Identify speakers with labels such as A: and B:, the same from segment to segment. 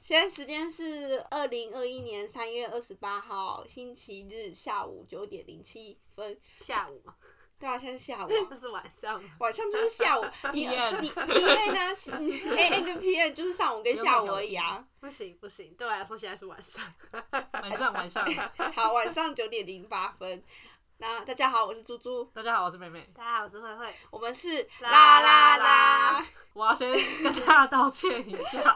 A: 现在时间是二零二一年三月二十八号星期日下午九点零七分。
B: 下午嘛，
A: 对啊，现在是下午 啊、
B: 就是晚上嘛。
A: 晚上就是下午。你
C: PM
A: 你 P 啊 A 呢是？A A 哎跟 P A 就是上午跟下午而已啊。
B: 不行不行，对我来说现在是晚上。
C: 晚上晚上，
A: 好，晚上九点零八分。那大家好，我是猪猪，
C: 大家好，我是妹妹。
B: 大家好，我是慧慧。
A: 我们是
B: 啦
A: 啦啦
B: 啦
A: 啦
B: 啦。
C: 我要先跟大家道歉一下。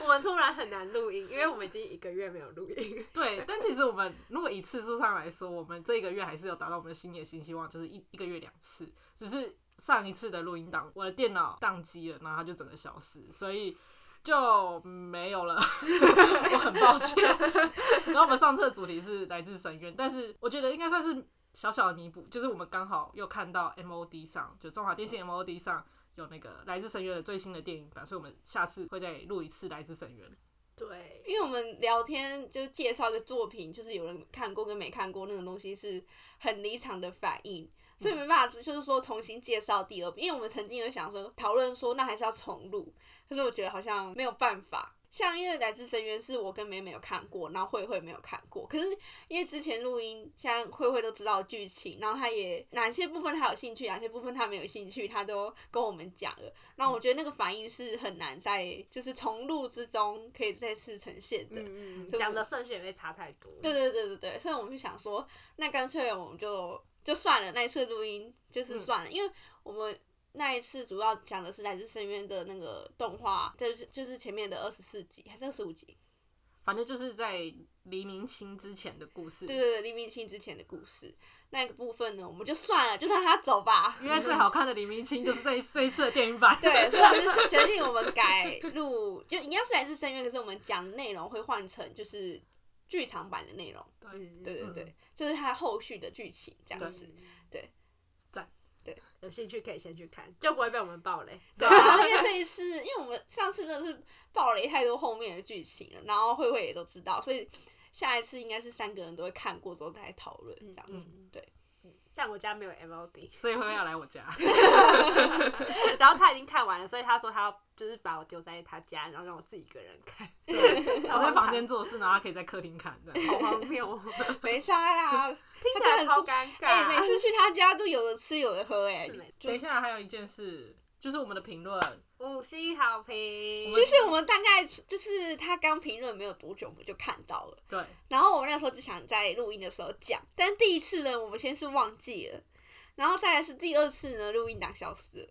B: 我们突然很难录音，因为我们已经一个月没有录音。
C: 对，但其实我们如果以次数上来说，我们这一个月还是有达到我们的新年新希望，就是一一个月两次。只是上一次的录音档，我的电脑宕机了，然后它就整个消失，所以就没有了。 我很抱歉。 然后我们上次的主题是来自深渊，但是我觉得应该算是小小的弥补，就是我们刚好又看到 MOD 上，就中华电信 MOD 上。有那个《来自深渊》的最新的电影版，所以我们下次会再录一次《来自深渊》。
B: 对，
A: 因为我们聊天就是介绍一个作品，就是有人看过跟没看过那种东西是很离场的反应，所以没办法，就是说重新介绍第二遍。因为我们曾经有想说讨论说那还是要重录，可是我觉得好像没有办法。像因为《来自深渊》是我跟美美有看过，然后慧慧没有看过。可是因为之前录音，现在慧慧都知道剧情，然后她也哪些部分她有兴趣，哪些部分她没有兴趣，她都跟我们讲了。那我觉得那个反应是很难在就是重录之中可以再次呈现的。
B: 嗯嗯，
A: 就
B: 讲的顺序也没差太多。
A: 对对对对对，所以我们就想说，那干脆我们就就算了，那一次录音
C: 嗯
A: 就是算了，因为我们那一次主要讲的是来自深渊的那个动画，就是就是前面的二十四集还是二十五集，
C: 反正就是在黎明清之前的故事。
A: 对对对，黎明清之前的故事那个部分呢，我们就算了，就让他走吧。
C: 因为最好看的黎明清就是这一这一次的电影版。
A: 对，所以我们就决定我们改录，就一样是来自深渊，可是我们讲的内容会换成就是剧场版的内容，
B: 嗯，
A: 对对对，
C: 嗯
A: 就是它后续的剧情这样
C: 对
A: 子。
B: 有兴趣可以先去看，就不会被我们爆雷。
A: 对，啊然后因为这一次，因为我们上次真的是爆雷太多后面的剧情了，然后慧慧也都知道，所以下一次应该是三个人都会看过之后再来讨论这样子。对，
B: 嗯但我家没有 MOD，
C: 所以会要来我家，
B: 然后他已经看完了，所以他说他要就是把我丢在他家，然后让我自己一个人看。
C: 我
B: 我
C: 在房间做事，然后他可以在客厅看这样。
B: 好荒谬哦，
A: 没差啦，
B: 听起
A: 他
B: 来
A: 真的
B: 超
A: 很
B: 尴
A: 哎、每
B: 尬。
A: 次去他家都有的吃有的喝、哎
B: 啊是没，
A: 就
C: 等一下，还有一件事，就是我们的评论，
B: 五星好评，
A: 其实我们大概就是他刚评论没有多久，我们就看到了。
C: 对，
A: 然后我那时候就想在录音的时候讲，但第一次呢，我们先是忘记了，然后再来是第二次呢，录音档消失了。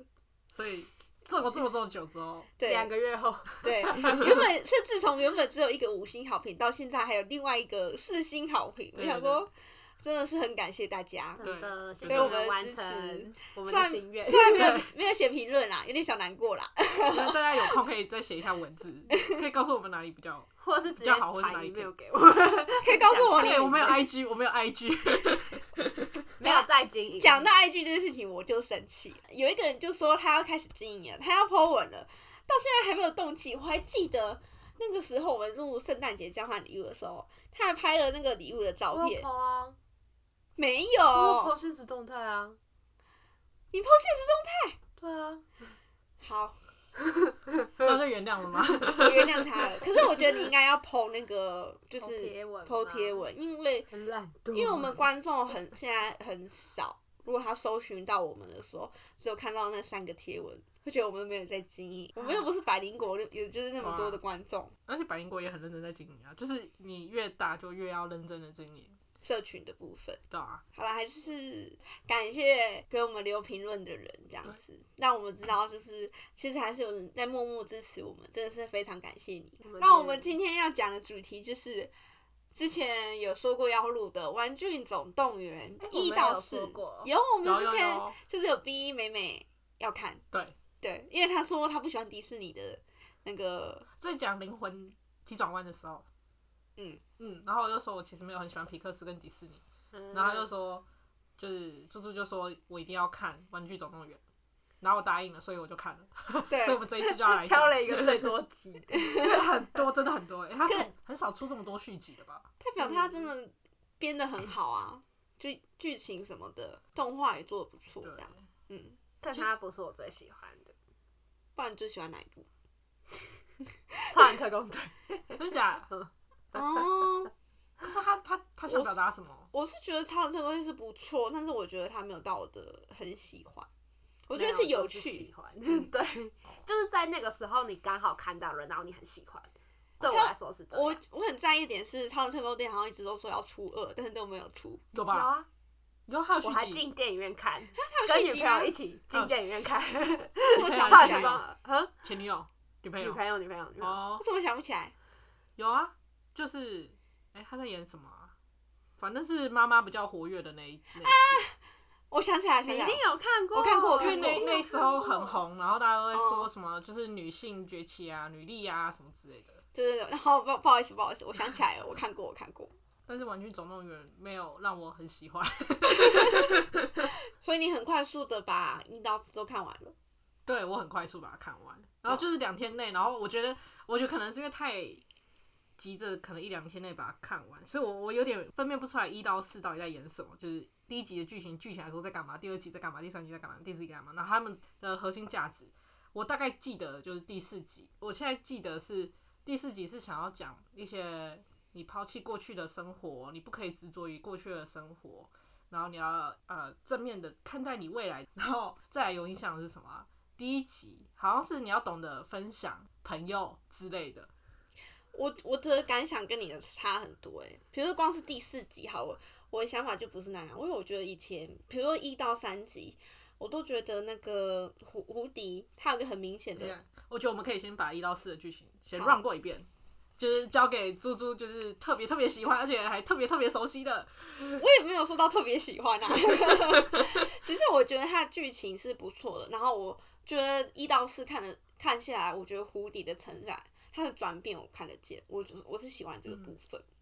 C: 所以这么这么这么久之后，
A: 对，
B: 两个月后，
A: 对，原本甚至从原本只有一个五星好评，到现在还有另外一个四星好评，我
C: 对
A: 想说真的是很感谢大家。
B: 真的，谢谢
C: 对对
B: 你
A: 我们的
B: 完
A: 支
B: 成我们
A: 虽
B: 的
A: 然
B: 心愿。
A: 虽然没有没有写评论啦，有点小难过啦。
C: 那大家有空可以再写一下 文字，可以告诉我们哪里比较。
B: 或者是直
C: 比
B: 接
C: 较好或是哪
B: 传
C: 一个
B: email 给 我，
A: 可以告诉我你
C: 对，我们有 IG，我们 有 IG，
B: 没有再经营。
A: 讲到 IG 这件事情，我就生气了。有一个人就说他要开始经营了，他要 po 文了，到现在还没有动气。我还记得那个时候我们录圣诞节交换礼物的时候，他还拍了那个礼物的照
B: 我有
A: 片
B: po。啊，
A: 没
B: 我有
A: 有
B: po，现实动态啊，
A: 你 po 现
B: 对啊，
A: 实 中好。
C: 那就原谅了吗？
A: 我原谅他了。可是我觉得你应该要 PO 那个， 就是
B: PO 贴文
A: PO
B: 吗
A: 贴文，因 为
B: 很懒惰。
A: 因为我们观众很现在很少，如果他搜寻到我们的时候，只有看到那三个贴文，会觉得我们没有在经营，我们又不是百灵果，也就是那么多
B: 啊
A: 的观众
C: 而且百灵果也很认真在经营啊，就是你越大就越要认真的经营，
A: 社群的部分。
C: 对啊，
A: 好了，还是感谢给我们留评论的人，这样子让我们知道，就是其实还是有人在默默支持我们，真的是非常感谢你
B: 我。们
A: 那我们
B: 真
A: 今天要讲的主题就是之前有说过要录的《玩具总动员
B: 哎》我
A: 一
B: 们
A: 到
B: 有
A: 四
B: 说过，
A: 有我
C: 有
A: 们之
C: 有
A: 前
C: 有，
A: 就是有逼美美要看，
C: 对，
A: 对，因为她说她不喜欢迪士尼的那个，
C: 在讲灵魂急转弯的时候，
A: 嗯
C: 嗯，然后我就说我其实没有很喜欢皮克斯跟迪士尼，
B: 嗯
C: 然后他就说，就是猪猪就说我一定要看《玩具总动员》，然后我答应了，所以我就看了，
A: 对
C: 所以我们这一次就要来讲
B: 挑了一个最多集 的，
C: 很多，真的很多，欸、他
A: 可
C: 很很少出这么多续集的吧？
A: 代表她真的编的很好啊，就剧情什么的，动画也做的不错，
C: 对
A: 这，样，嗯。
B: 但它不是我最喜欢的。
A: 不然你最喜欢哪一部？
B: 超人特工队，
C: 真假？
A: 哦，
C: 可是他他他想表达什么？
A: 我是觉得《超人特工队》是不错，但是我觉得它没有到我的很喜欢，我
B: 我
A: 觉得是有
B: 喜
A: 趣。
B: 欢， 对，就是在那个时候你刚好看到了，然后你很喜欢。对我
A: 这样
B: 来说是这样。
A: 我我很在意一点是，《超人特工队》好像一直都说要出二，但是都没有出。
C: 有
B: 有
C: 吧？
B: 啊，
C: 有还有
B: 我还
C: 续集，
B: 进电影院看，
A: 有
B: 跟
A: 续
B: 女
A: 集
B: 朋友
A: 吗
B: 一起进电影院看。
A: 我怎 么想
B: 超
A: 不
B: 人
A: 起
B: 特
A: 来？
B: 工，嗯，
C: 前女友、女朋
B: 女
C: 友
B: 朋友，女朋友，女朋友。
C: 哦
A: 我，怎么想不起来？
C: 有啊，就是哎、他在演什么啊？反正是妈妈比较活跃的那一那一次，
A: 我想起来，
B: 你
A: 想
B: 一
A: 起来
B: 定，有看过，
A: 我看过我
C: 因为
A: 看过
C: 那那时候很。红，然后大家都在说
A: 哦
C: 什么就是女性崛起啊、女力啊什么之类的。
A: 对对对。然后不不好意思，不好意思，我想起来了，我看过，我看过。
C: 但是《玩具总动员》没有让我很喜欢。
A: 所以你很快速的把一到四都看完了。
C: 对我很快速把它看完，然后就是两天内，然后我觉得，我觉得可能是因为太急着，可能一两天内把它看完，所以我我有点分辨不出来一到四到底在演什么，就是第一集的剧情剧情来说在干嘛，第二集在干嘛，第三集在干嘛，第四集在干嘛，然后他们的核心价值，我大概记得就是第四集，我现在记得是第四集是想要讲一些你抛弃过去的生活，你不可以执着于过去的生活。然后你要呃正面的看待你未来，然后再来有影响的是什么啊、第一集好像是你要懂得分享朋友之类的，
A: 我我的感想跟你的差很多诶、比如说光是第四集好，我我的想法就不是那样，因为我觉得以前，比如说一到三集，我都觉得那个胡胡迪他有个很明显
C: 对啊
A: 的，，
C: 我觉得我们可以先把一到四的剧情先
A: 好
C: run 过一遍，就是交给猪猪，就是特别特别喜欢，而且还特别特别熟悉的。
A: 我也没有说到特别喜欢啊， 只是我觉得他的剧情是不错的，然后我觉得一到四看的看下来，我觉得胡迪的成长，他的转变我看得见，我就我是喜欢这个部分，
B: 嗯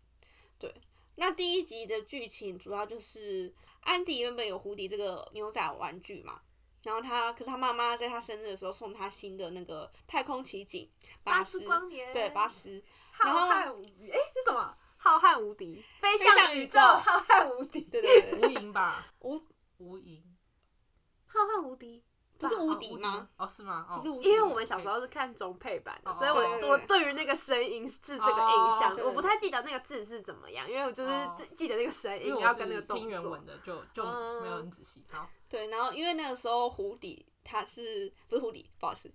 A: 对。那第一集的剧情主要就是安迪原本有胡迪这个牛仔玩具嘛，然后他可是他妈妈在他生日的时候送他新的那个太空奇景
B: 巴
A: 斯
B: 斯，光年，
A: 对巴斯，然后
B: 浩瀚无敌，哎，是什么？浩瀚无敌，飞
A: 向
B: 向
A: 宇
B: 宇
A: 宙
B: 浩瀚无敌，
A: 对对对
C: 无
A: 对，
C: 影 吧，
A: 无
C: 无影
B: 浩瀚无敌，
A: 不是
B: 吧
A: 无
C: 哦
A: 敌
C: 无
A: 吗？
C: 哦，是吗？哦，
A: 不是无敌
B: 啊因为我们小时候是看中配版的，
C: 哦
B: 所以我我
A: 对
B: 对于那个声音是这个印象
A: 哦，对
B: 我不太记得那个字是怎么样，因为我就是
C: 哦
B: 记记得那个声
C: 因
B: 音
C: 为，我
B: 要跟那
C: 是
B: 个
C: 听
B: 动
C: 原
B: 作
C: 文。的，就就
B: 嗯
C: 没有很仔细。好，
A: 对，然后因为那个时候胡迪他是不是胡迪，不好意思，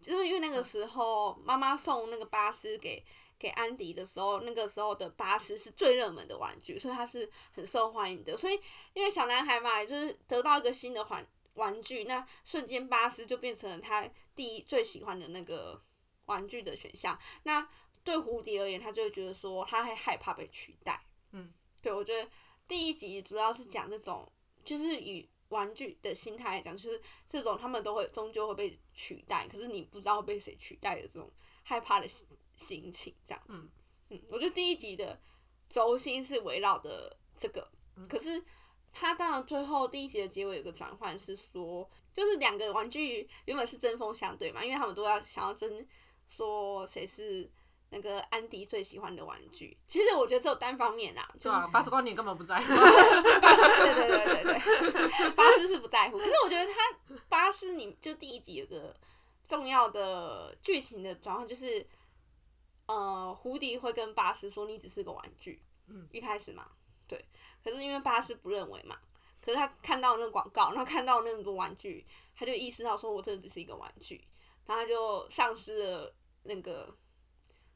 A: 就是因为那个时候妈妈送那个巴斯给给安迪的时候，那个时候的巴斯是最热门的玩具，所以它是很受欢迎的。所以因为小男孩嘛，也就是得到一个新的玩玩具，那瞬间巴斯就变成了他第一最喜欢的那个玩具的选项。那对蝴蝶而言，他就会觉得说他会害怕被取代。
C: 嗯，
A: 对我觉得第一集主要是讲这种，就是与玩具的心态来讲，就是这种他们都会终究会被取代，可是你不知道会被谁取代的这种害怕的心心情，这样子。
C: 嗯
A: 嗯，我觉得第一集的轴心是围绕的这个，
C: 嗯
A: 可是他当然最后第一集的结尾有个转换是说，就是两个玩具原本是针锋相对嘛，因为他们都要想要争说谁是那个安迪最喜欢的玩具。其实我觉得只有单方面啦，就
C: 对
A: 是
C: 啊，八十光年根本不在乎。
A: 对 对对对对，巴斯是不在乎。可是我觉得他巴斯，你就第一集有个重要的剧情的转换，就是呃，胡迪会跟巴斯说你只是个玩具，
C: 嗯，
A: 一开始嘛，对。可是因为巴斯不认为嘛，可是他看到那个广告，然后看到那个玩具，他就意识到说我这只是一个玩具，然后他就丧失了那个。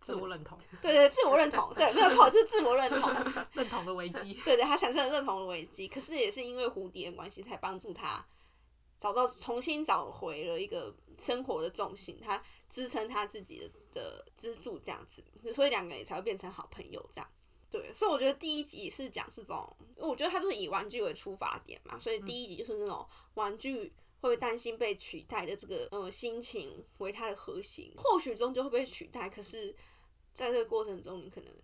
C: 自我认同，
A: 对对，自我认同，对，没有错，就是自我认同。
C: 认同的危机。
A: 对对，他产生了认同的危机，可是也是因为蝴蝶的关系，才帮助他找到重新找回了一个生活的重心，他支撑他自己的的支柱这样子，所以两个人也才会变成好朋友这样。对，所以我觉得第一集是讲这种，因为我觉得他就是以玩具为出发点嘛，所以第一集就是那种玩具会担心被取代的这个呃心情为它的核心，或许终究会被取代，可是在这个过程中，你可能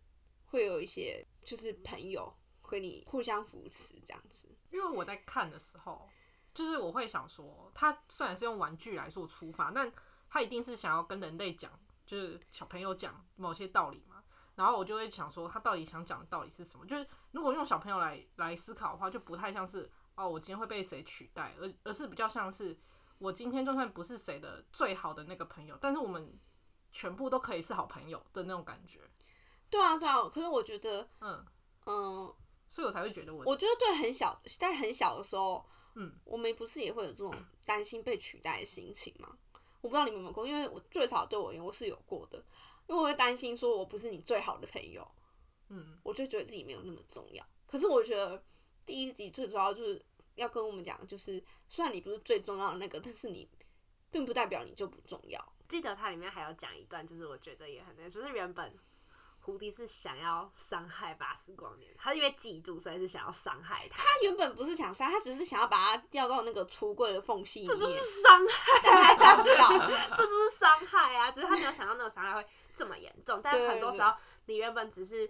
A: 会有一些就是朋友和你互相扶持这样子。
C: 因为我在看的时候，就是我会想说，他虽然是用玩具来做出发，但他一定是想要跟人类讲，就是小朋友讲某些道理嘛。然后我就会想说，他到底想讲的道理是什么？就是如果用小朋友来来思考的话，就不太像是哦，我今天会被谁取代，而而是比较像是我今天就算不是谁的最好的那个朋友，但是我们全部都可以是好朋友的那种感觉。
A: 对啊，对啊。可是我觉得，
C: 嗯，
A: 嗯，
C: 所以我才会觉得我
A: 我觉得对很小，在很小的时候，
C: 嗯，
A: 我们不是也会有这种担心被取代的心情吗？我不知道你们有没有过，因为我最少对我而言我是有过的，因为我会担心说我不是你最好的朋友，
C: 嗯，
A: 我就觉得自己没有那么重要。可是我觉得第一集最主要就是要跟我们讲，就是虽然你不是最重要的那个，但是你并不代表你就不重要。
B: 记得它里面还有讲一段，就是我觉得也很那个，就是原本胡迪是想要伤害巴斯光年，他是因为嫉妒，所以是想要伤害他。
A: 他原本不是想杀，他只是想要把他掉到那个橱柜的缝隙里
B: 这
A: 面，
B: 就是伤
A: 但他达不到。
B: 这就是伤害啊！只是他没有想到那个伤害会这么严重，但
A: 对
B: 很多时候你原本只是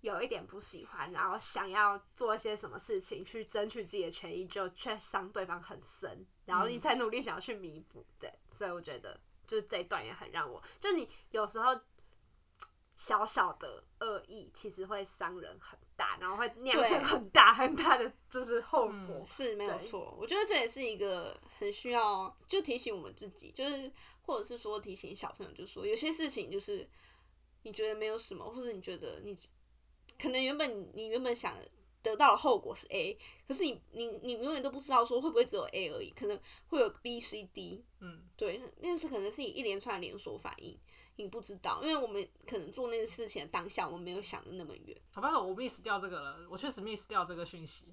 B: 有一点不喜欢，然后想要做一些什么事情去争取自己的权益，就却伤对方很深，然后你
A: 嗯
B: 才努力想要去弥补。对，所以我觉得就是这一段也很让我，就你有时候。小小的恶意其实会伤人很大，然后会酿
A: 对
B: 成很大很大的就是后果。
C: 嗯
A: 是没有
B: 对
A: 错，我觉得这也是一个很需要就提醒我们自己，就是或者是说提醒小朋友，就说有些事情就是你觉得没有什么，或者你觉得你可能原本你原本想得到的后果是 A，可是你你你永远都不知道说会不会只有 A 而已，可能会有 B、C、D，
C: 嗯
A: 对，那那个是可能是一连串连锁反应，你不知道，因为我们可能做那个事情的当下，我们没有想的那么远。
C: 好吧，我 miss 掉这个了，我确实 miss 掉这个讯息。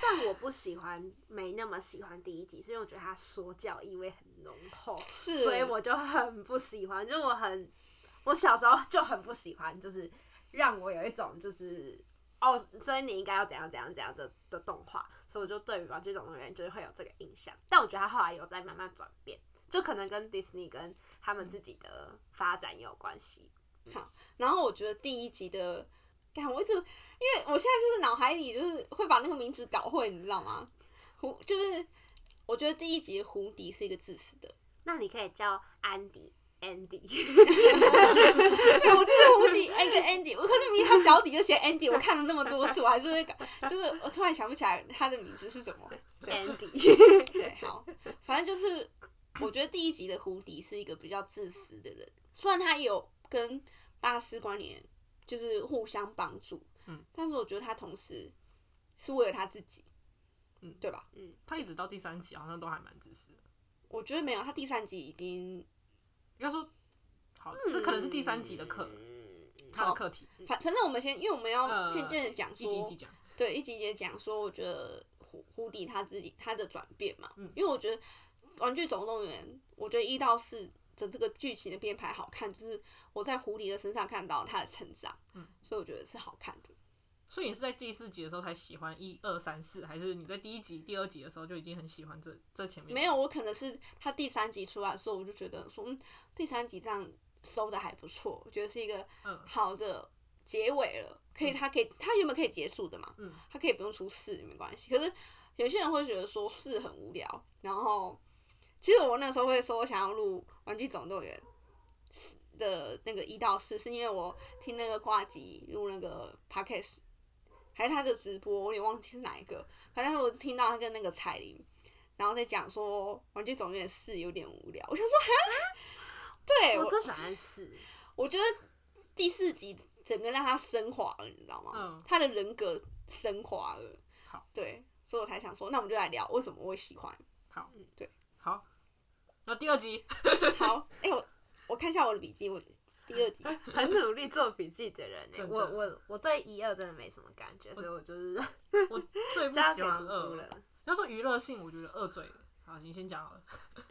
B: 但我不喜欢，没那么喜欢第一集，是因为我觉得它说教意味很浓厚，
A: 是
B: 所以我就很不喜欢。就是我很，我小时候就很不喜欢，就是让我有一种就是哦，所以你应该要怎样怎样怎样的的动画，所以我就对于王这种人就是会有这个印象。但我觉得他后来有在慢慢转变，就可能跟迪士尼跟他们自己的发展也有关系。
A: 然后我觉得第一集的，看我一直，因为我现在就是脑海里就是会把那个名字搞混，你知道吗？胡就是，我觉得第一集的胡迪是一个自私的，
B: 那你可以叫安迪 Andy，
A: 对我就是胡迪哎跟 Andy，我可是明明他脚底就写 Andy，我看了那么多次，我还是会搞，就是我突然想不起来他的名字是什么。对
B: Andy，
A: 对，好，反正就是我觉得第一集的胡迪是一个比较自私的人，虽然他也有跟巴斯关联，就是互相帮助，
C: 嗯，
A: 但是我觉得他同时是为了他自己，
C: 嗯
A: 对吧？
B: 嗯，
C: 他一直到第三集好像都还蛮自私的，
A: 我觉得没有，他第三集已经
C: 应该说，好，这可能是第三集的课，他的课题，
A: 反反正我们先，因为我们要
C: 呃
A: 渐渐的讲
C: 一集一集
A: 说，
C: 讲。
A: 对，一集一集讲说，我觉得胡胡迪他自己他的转变嘛，
C: 嗯
A: 因为我觉得《玩具总动员》，我觉得一到四的这个剧情的编排好看，就是我在胡迪的身上看到他的成长，
C: 嗯，
A: 所以我觉得是好看的。
C: 所以你是在第四集的时候才喜欢一二三四，还是你在第一集、第二集的时候就已经很喜欢这这前面？
A: 没有，，我可能是他第三集出来的时候，我就觉得说，嗯，第三集这样收的还不错，我觉得是一个
C: 嗯
A: 好的结尾了，可以，他可以，他原本可以结束的嘛，
C: 嗯，
A: 他可以不用出四没关系。可是有些人会觉得说四很无聊，然后其实我那时候会说我想要录《玩具总动员》的那个一到四，是因为我听那个挂机录那个 podcast，还是他的直播，我有点忘记是哪一个，反正我听到他跟那个彩铃。然后再讲说《玩具总动员四》有点无聊，我 想说哈，对
B: 欸我
A: 我
B: 最喜欢四。
A: 我觉得第四集整个让他升华了，你知道吗？
C: 嗯
A: 他的人格升华了。
C: 好，
A: 对，所以我才想说，那我们就来聊为什么我会喜欢。
C: 好，
A: 对，
C: 好，那第二集，
A: 好，哎、我我看一下我的笔记，我第二集
B: 很努力做笔记的人呢、
C: 真的
B: 我我我对一二真的没什么感觉，所以我就是
C: 我最 不
B: 交
C: 喜
B: 给
C: 欢
B: 猪猪
C: 二。
B: 了。
C: 要说娱乐性，我觉得二最好，你先讲好了。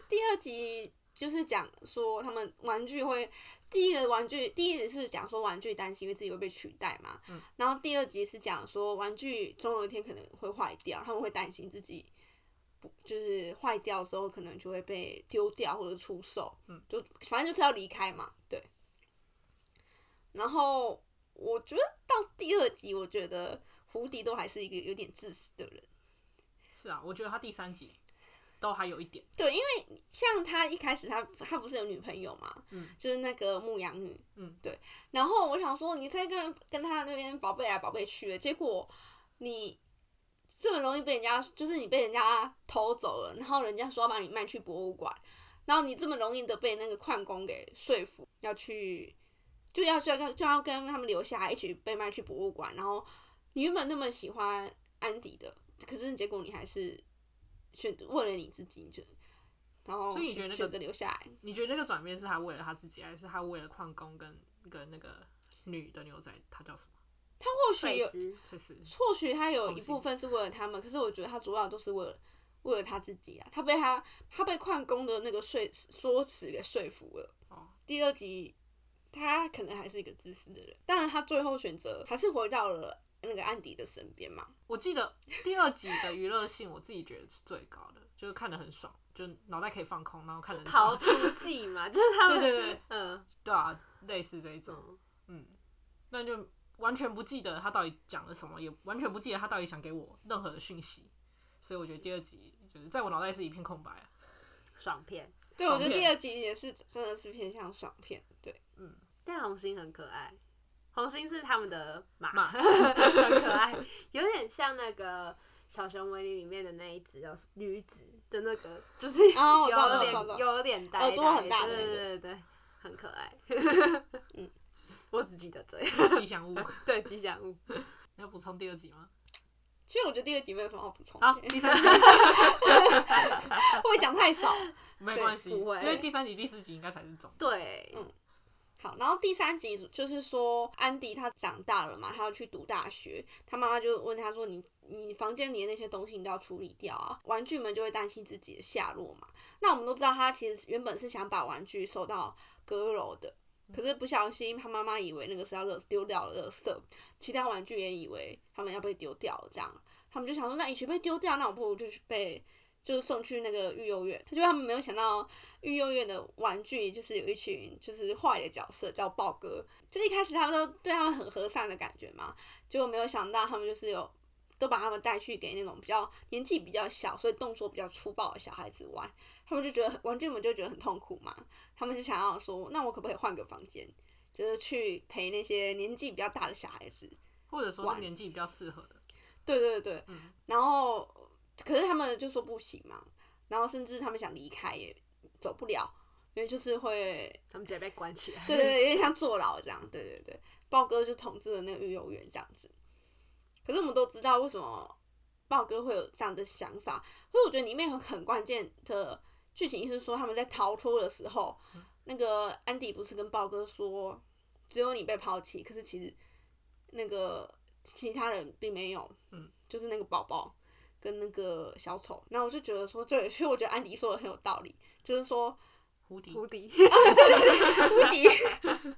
A: 第二集就是讲说他们玩具会，第一个玩具第一集是讲说玩具担心因为自己会被取代嘛，
C: 嗯
A: 然后第二集是讲说玩具总有一天可能会坏掉，他们会担心自己不就是坏掉之后可能就会被丢掉或者出售，
C: 嗯，
A: 就反正就是要离开嘛，对。然后我觉得到第二集，我觉得胡迪都还是一个有点自私的人。
C: 是啊，我觉得他第三集都还有一点，
A: 对，因为像他一开始他他不是有女朋友嘛，
C: 嗯
A: 就是那个牧羊女，
C: 嗯，
A: 对。然后我想说，你在跟跟他那边宝贝来宝贝去的，结果你这么容易被人家，就是你被人家偷走了，然后人家说要把你卖去博物馆，然后你这么容易的被那个矿工给说服，要去就要就要就要跟他们留下来一起被卖去博物馆，然后你原本那么喜欢安迪的，可是结果你还是选为了你自己你就。然后
C: 所以你觉得那个
A: 选择留下来，
C: 你觉得那个转变是他为了他自己，还是他为了矿工跟跟那个女的牛仔，他叫什么？
A: 或许
B: 费
A: 有
B: 斯
C: 崔斯。
A: 或许他有
C: 同
A: 一
C: 情
A: 部分是为了他们，可是我觉得他主要都是为了为了他自己啊。他被他他被矿工的那个说说辞给说服了。
C: 哦，
A: 第二集他可能还是一个自私的人，当然他最后选择还是回到了那个安迪的身边嘛。
C: 我记得第二集的娱乐性，我自己觉得是最高的，就是看得很爽，就脑袋可以放空，然后看得很
B: 逃
C: 爽。
B: 出 记嘛，就是他们，
C: 对对对
B: 嗯
C: 对啊，类似这一种，
B: 嗯，
C: 嗯，那就完全不记得他到底讲了什么，也完全不记得他到底想给我任何的讯息，所以我觉得第二集就是在我脑袋是一片空白啊。
B: 爽片。
A: 对，我觉
C: 爽
A: 得
C: 片
A: 第二集也是真的是偏向爽片，对，
B: 但红星很可爱，红星是他们的马，
C: 马
B: 很可爱，有点像那个《小熊维尼》里面的那一只叫什么女子的那个，就是有
A: 哦我知道
B: 点、
A: 我知道我知道
B: 有点呆呆，
A: 耳朵很大的
B: 对
A: 那个
B: 对对对，很可爱。
A: 嗯，
B: 我只记得这 个，
C: 吉祥物，
B: 对吉祥物。
C: 你要补充第二集吗？
A: 其实我觉得第二集没有什么好补充的，
C: 好，第三集
A: 会不会讲太少？
C: 没关系，
B: 对
C: 因
B: 不会
C: 为第三集、第四集应该才是总。
B: 对，
A: 嗯好，然后第三集就是说，安迪他长大了嘛，他要去读大学，他妈妈就问他说：“你你房间里的那些东西你都要处理掉啊。”玩具们就会担心自己的下落嘛。那我们都知道，他其实原本是想把玩具收到阁楼的，可是不小心他妈妈以为那个是要垃丢掉了垃圾，其他玩具也以为他们要被丢掉了，这样他们就想说：“那与其被丢掉，那我不如就去被。”就是送去那个育幼院，结果他们没有想到，育幼院的玩具，就是有一群就是坏的角色叫豹哥，就一开始他们都对他们很和善的感觉嘛，结果没有想到他们就是有都把他们带去给那种比较年纪比较小，所以动作比较粗暴的小孩子玩，他们就觉得很玩具们就觉得很痛苦嘛，他们就想要说，那我可不可以换个房间，就是去陪那些年纪比较大的小孩子，
C: 或者说
A: 玩
C: 是年纪比较适合的。
A: 对对对，
C: 嗯
A: 然后可是他们就说不行嘛，然后甚至他们想离开也走不了，因为就是会
B: 他们直接被关 起来。
A: 对对对，有点像坐牢这样。对对对，豹哥就统治了那个育幼园这样子。可是我们都知道为什么豹哥会有这样的想法，所以我觉得里面有很关键的剧情是说他们在逃脱的时候，那个安迪不是跟豹哥说只有你被抛弃，可是其实那个其他人并没有，
C: 嗯，
A: 就是那个宝宝。跟那个小丑，然后我就觉得说，对，所以我觉得安迪说的很有道理，就是说，
C: 蝴蝶，
B: 无敌，
A: 无敌。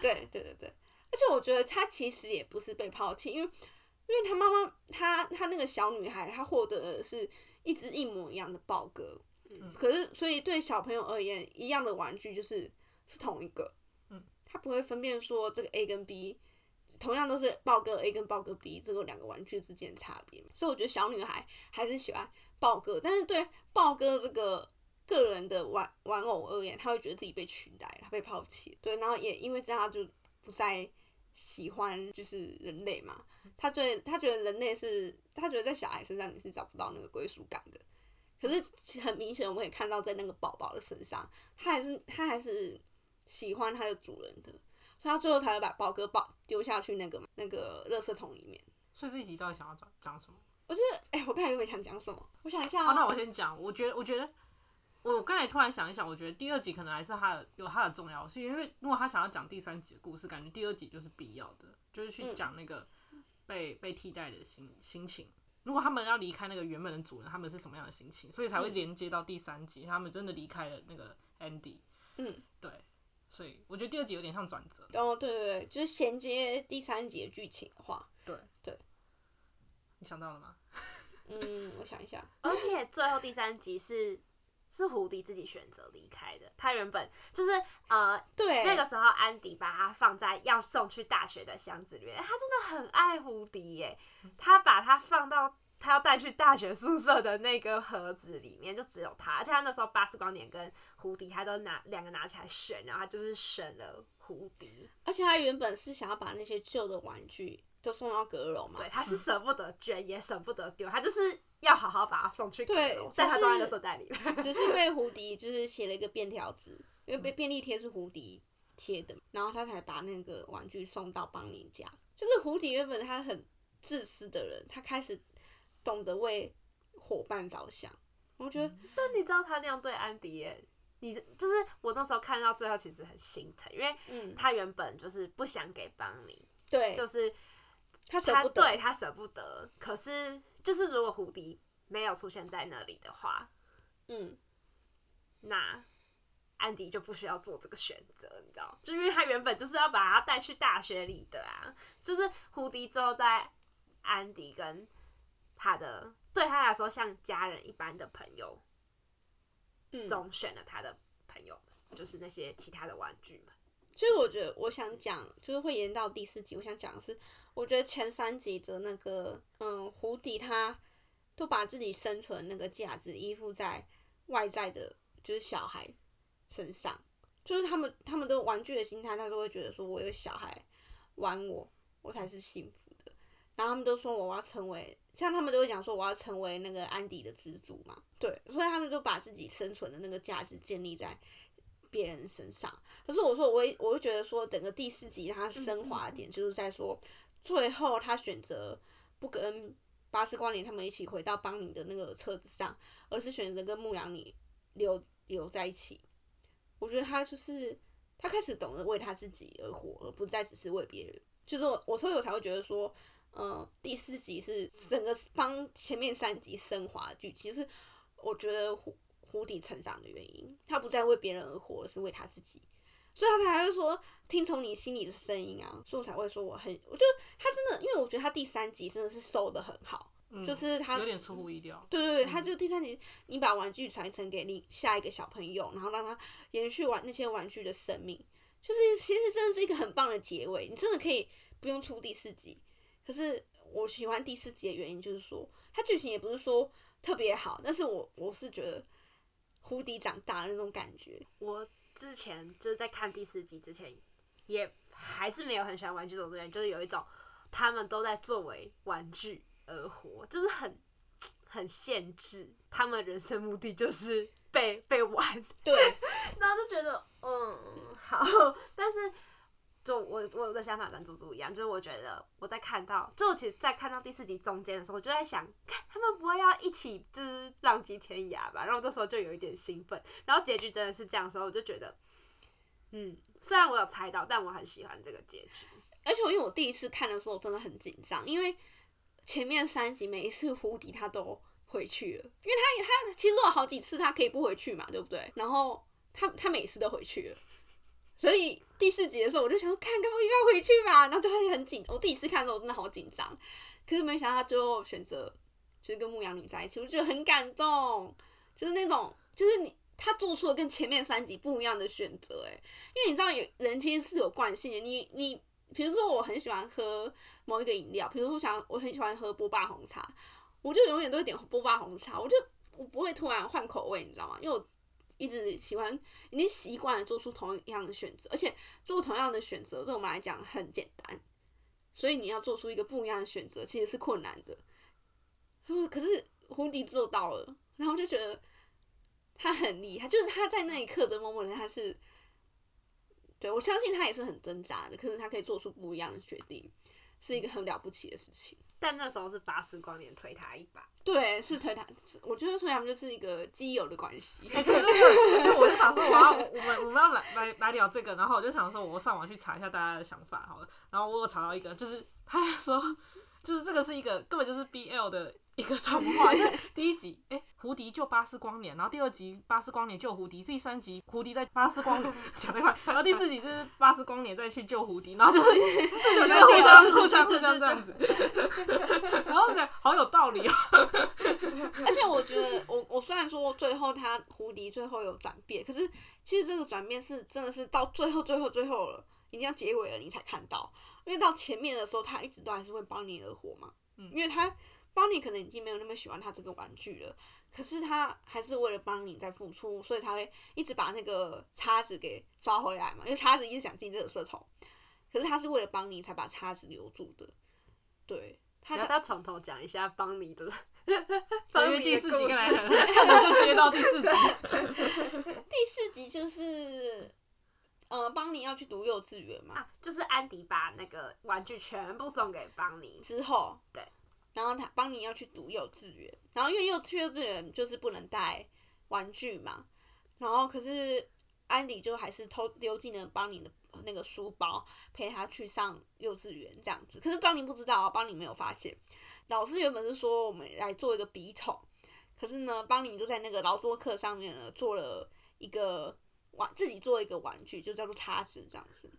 A: 对对对对，而且我觉得他其实也不是被抛弃，因为因为他妈妈，他他那个小女孩，她获得的是一只一模一样的豹哥，
C: 嗯
A: 可是所以对小朋友而言，一样的玩具就是是同一个，
C: 嗯，
A: 他不会分辨说这个 A 跟 B。同样都是豹哥 A 跟豹哥 B 这个两个玩具之间的差别嘛，所以我觉得小女孩还是喜欢豹哥，但是对豹哥这个个人的玩玩偶而言，他会觉得自己被取代，他被抛弃，对，然后也因为这样，他就不再喜欢就是人类嘛。他对他觉得人类是，他觉得在小孩身上你是找不到那个归属感的。可是很明显，我们也看到在那个宝宝的身上，他还是他还是喜欢他的主人的，所以他最后才会把宝哥宝丢下去那个那个垃圾桶里面。
C: 所以这一集到底想要讲讲什么？
A: 哎、我刚才有没有想讲什么？我想一下
C: 好，
A: 哦、
C: 那我先讲。我觉得，我觉得，我刚才突然想一想，我觉得第二集可能还是它的有它的重要性，因为如果他想要讲第三集的故事，感觉第二集就是必要的，就是去
A: 嗯
C: 讲那个被、被替代的心心情。如果他们要离开那个原本的主人，他们是什么样的心情，所以才会
A: 嗯
C: 连接到第三集，他们真的离开了那个 Andy。
A: 嗯，
C: 对，所以我觉得第二集有点像转折。
A: 哦，对对对，就是衔接第三集的剧情的话，
C: 你想到了吗？
A: 嗯，我想一下，
B: 而且最后第三集是是胡迪自己选择离开的，他原本就是呃
A: 对，
B: 那个时候，安迪把它放在要送去大学的箱子里面。他真的很爱胡迪耶，他把它放到他要带去大学宿舍的那个盒子里面，就只有他。而且他那时候巴斯光年跟胡迪，他都拿两个拿起来选，然后他就是选了胡迪。
A: 而且他原本是想要把那些旧的玩具都送到阁楼嘛
B: 嗯对，，他是舍不得捐，也舍不得丢，他就是要好好把它送去阁
A: 对
B: 楼
A: 只，
B: 但它装
A: 是
B: 在垃圾袋里 了。
A: 只是被蝴蝶就是写了一个便条纸，因为被便利贴是蝴蝶贴的，然后他才把那个玩具送到邦尼家。就是蝴蝶原本他很自私的人，他开始懂得为伙伴着想。我觉得
B: 但你知道他那样对安迪耶，你就是我那时候看到最后其实很心疼，因为
A: 嗯，
B: 他原本就是不想给邦尼，
A: 对，
B: 就是
A: 他舍
B: 他
A: 不
B: 对
A: 得，
B: 他舍不得，可是就是如果胡迪没有出现在那里的话，
A: 嗯，
B: 那安迪就不需要做这个选择，你知道？就因为他原本就是要把他带去大学里的啊，就是胡迪最后在安迪跟他的对他来说像家人一般的朋友
A: 嗯，
B: 中选了他的朋友们，就是那些其他的玩具们。
A: 其实我觉得我想讲，就是会延到第四集。我想讲的是，我觉得前三集的那个，嗯，胡迪他都把自己生存那个价值依附在外在的，就是小孩身上，就是他们他们的玩具的心态，他都会觉得说，我有小孩玩我，我才是幸福的。然后他们都说我要成为，像他们都会讲说我要成为那个安迪的支柱嘛，对，所以他们就把自己生存的那个价值建立在别人身上。可是我说我会，我会觉得说，整个第四集它升华的点就是在说，最后他选择不跟巴斯光年他们一起回到邦尼的那个车子上，而是选择跟牧羊女留留在一起。我觉得他就是他开始懂得为他自己而活，而不再只是为别人。就是我，我所以我才会觉得说，嗯，第四集是整个帮前面三集升华的剧情，就是我觉得胡胡迪成长的原因，他不再为别人而活，而是为他自己。所以他才会说听从你心里的声音啊，所以我才会说我很，我就他真的，因为我觉得他第三集真的是收的很好，
C: 嗯
A: 就是他
C: 有点嗯出乎意料。
A: 对对对，他就第三集，你把玩具传承给你下一个小朋友，然后让他延续玩那些玩具的生命，就是其实真的是一个很棒的结尾。你真的可以不用出第四集，可是我喜欢第四集的原因就是说，它剧情也不是说特别好，但是我我是觉得胡迪长大的那种感觉，
B: 我之前就是在看第四集之前，也还是没有很喜欢《玩具总动员》，就是有一种他们都在作为玩具而活，就是很很限制，他们人生目的就是被被玩，
A: 对，
B: 然后就觉得嗯好， 但是。就我我的想法跟猪猪一样，就是我觉得我在看到，就我其实，在看到第四集中间的时候，我就在想，看他们不会要一起就是浪迹天涯吧？然后那时候就有一点兴奋，然后结局真的是这样的时候，我就觉得，嗯，虽然我有猜到，但我很喜欢这个结局。
A: 而且我因为我第一次看的时候我真的很紧张，因为前面三集每一次胡迪他都回去了，因为他他其实有好几次他可以不回去嘛，对不对？然后他他每次都回去了，所以第四集的时候我就想说，看该不会要回去吧，然后就会很紧。我第一次看的时候我真的好紧张，可是没想到他最后选择就是跟牧羊女在一起，我觉得很感动，就是那种就是你。他做出了跟前面三集不一样的选择，哎，因为你知道有人其实是有惯性的，你你比如说我很喜欢喝某一个饮料，比如说我想我很喜欢喝波霸红茶，我就永远都会点波霸红茶，我就我不会突然换口味，你知道吗？因为我一直喜欢，已经习惯了做出同样的选择，而且做同样的选择对我们来讲很简单，所以你要做出一个不一样的选择其实是困难的。嗯可是胡迪做到了，然后我就觉得他很厉害，就是他在那一刻的 moment，他是对我相信他也是很挣扎的，可是他可以做出不一样的决定，是一个很了不起的事情。
B: 但那时候是巴斯光年推他一把，
A: 对，是推他， 我觉得推他们就是一个基友的关系。
C: 哎、对对对，因为 我就想说我要我们我们要来来来聊这个，然后我就想说，我上网去查一下大家的想法好了。然后我有查到一个，就是他说，就是这个是一个根本就是 BL 的一个童话，就是第一集哎、胡迪救巴斯光年，然后第二集巴斯光年救胡迪，第三集胡迪在巴斯光年讲那块，然后第四集就是巴斯光年再去救胡迪，然后就是就就互相互相互相这样子，然后我想好有道理哦，
A: 而且我觉得，我我虽然说最后他胡迪最后有转变，可是其实这个转变是真的是到最后最后最后了，已经要结尾了你才看到，因为到前面的时候他一直都还是会帮你而活嘛，
C: 嗯
A: 因为他帮你可能已经没有那么喜欢他这个玩具了，可是他还是为了帮你在付出，所以他会一直把那个叉子给抓回来嘛，因为叉子一直想进这个色桶，可是他是为了帮你才把叉子留住的，对，他
B: 要
A: 的
B: 不要从头讲一下邦尼的？
C: 对因
B: 邦
C: 为
B: 尼
C: 第
B: 的
C: 四集
B: 故
C: 跟来
B: 事，
C: 很顺的就接到第四集，
A: 第四集就是，呃，邦尼要去读幼稚园嘛，
B: 啊，就是安迪把那个玩具全部送给邦尼，
A: 之后
B: 对，
A: 然后他邦尼要去读幼稚园，然后因为幼稚幼稚园就是不能带玩具嘛，然后可是安迪就还是偷溜进了邦尼的那个书包，陪他去上幼稚园这样子。可是邦尼不知道啊，邦尼没有发现。老师原本是说我们来做一个笔筒，可是呢，邦尼就在那个劳作课上面呢做了一个玩，自己做一个玩具，就叫做叉子这样子。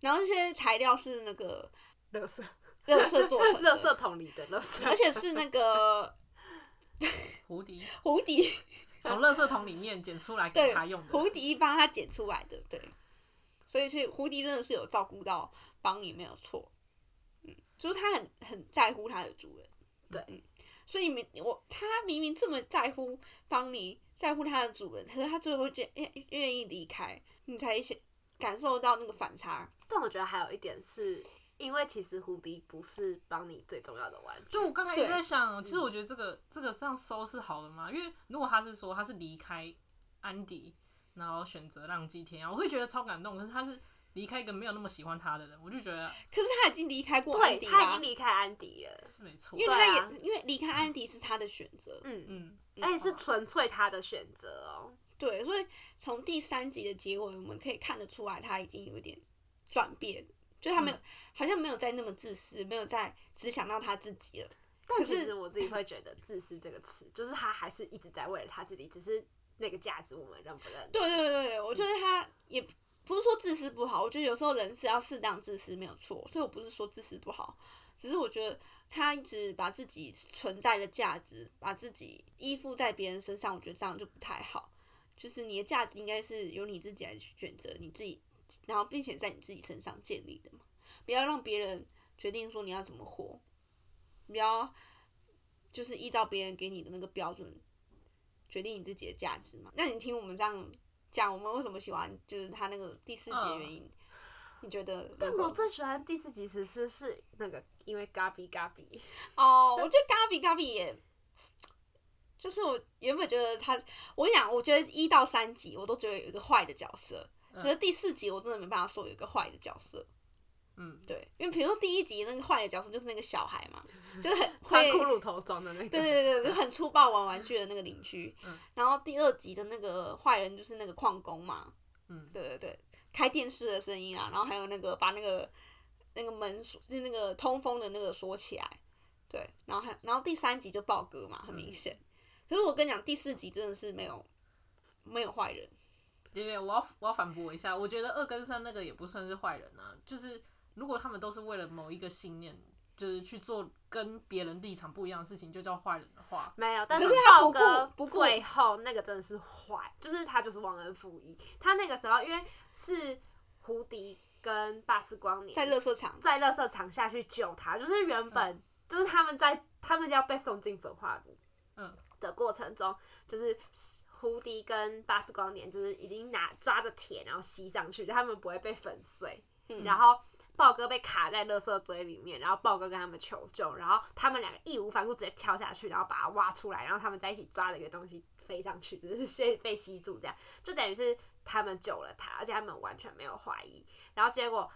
A: 然后这些材料是那个
B: 乐 色，
A: 乐色做成的，
B: 乐色桶里的乐色
A: 而，且是那个
C: 胡迪
A: 胡迪，
C: 从垃圾桶里面捡出来给
A: 对
C: 他用，的。
A: 胡迪帮他剪出来的，对。所以，是胡迪真的是有照顾到邦尼，没有错。嗯，就是他很很在乎他的主人，
B: 对
A: 嗯。所以明我他明明这么在乎邦尼，在乎他的主人，可是他最后就愿哎愿意离开，你才想感受到那个反差。
B: 但我觉得还有一点是。因为其实胡迪不是邦尼最重要的玩具，
C: 就我刚才也
A: 对嗯
C: 在想，其实我觉得这个这个这样收是好的吗？因为如果他是说他是离开安迪，然后选择浪迹天涯，我会觉得超感动。可是他是离开一个没有那么喜欢他的人，我就觉得
A: 可是他已经离开过安
B: 对
A: 迪
B: 他已
A: 啦
B: 经，离开安迪了，
C: 是没错
A: 因为。他也、
B: 对
A: 因为离开安迪是他的选择，
B: 嗯，
C: 嗯，
B: 而且是纯粹他的选择哦。
A: 对，所以从第三集的结尾，我们可以看得出来，他已经有一点转变，就他没有、好像没有再那么自私，没有再只想到他自己了。
B: 但
A: 可
B: 其
A: 是
B: 实我自己会觉得“自私”这个词，就是他还是一直在为了他自己，只是那个价值我们认不认？
A: 对对对对，我觉得他也不是说自私不好，我觉得有时候人是要适当自私没有错，所以我不是说自私不好，只是我觉得他一直把自己存在的价值，把自己依附在别人身上，我觉得这样就不太好。就是你的价值应该是由你自己来选择，你自己，然后并且在你自己身上建立的嘛，不要让别人决定说你要怎么活，不要就是依照别人给你的那个标准决定你自己的价值嘛。那你听我们这样讲，我们为什么喜欢就是他那个第四集的原因？你觉得如何？
B: 但我最喜欢第四集其实是那个，因为嘎比嘎比，
A: 哦，我觉得嘎比嘎比也，就是我原本觉得他，我跟你讲，我觉得一到三集我都觉得有一个坏的角色，
C: 嗯
A: 可是第四集我真的没办法说有一个坏的角色。
C: 嗯，
A: 对，因为比如说第一集那个坏的角色就是那个小孩嘛，就是很
B: 穿
A: 会
B: 骷髅头装的那个，
A: 对对对，就很粗暴玩玩具的那个邻居。
C: 嗯
A: 然后第二集的那个坏人就是那个矿工嘛。
C: 嗯
A: 对对对，开电视的声音啊，然后还有那个把那个那个门锁，就是那个通风的那个锁起来。对，然后还然后第三集就豹哥嘛，很明显。可是我跟你讲，第四集真的是没有没有坏人。
C: 对对，我要我要反驳一下，我觉得二跟三那个也不算是坏人啊，就是如果他们都是为了某一个信念，就是去做跟别人立场不一样的事情，就叫坏人的话，
B: 没有，但
A: 可是他不
B: 豹
A: 顾
B: 哥
A: 不顾
B: 最后那个真的是坏，就是他就是忘恩负义。他那个时候因为是胡迪跟巴斯光年
A: 在乐色场，
B: 在垃圾场下去救他，就是原本、就是他们在他们要被送进焚化炉，
C: 嗯
B: 的过程中，就是胡迪跟巴斯光年就是已经拿抓着铁然后吸上去，他们不会被粉碎，
A: 嗯
B: 然后。豹哥被卡在垃圾堆里面，然后豹哥跟他们求救，然后他们两个义无反顾直接跳下去，然后把他挖出来，然后他们在一起抓了一个东西飞上去，就是 先被吸住，这样就等于是他们救了他，而且他们完全没有怀疑。然后结果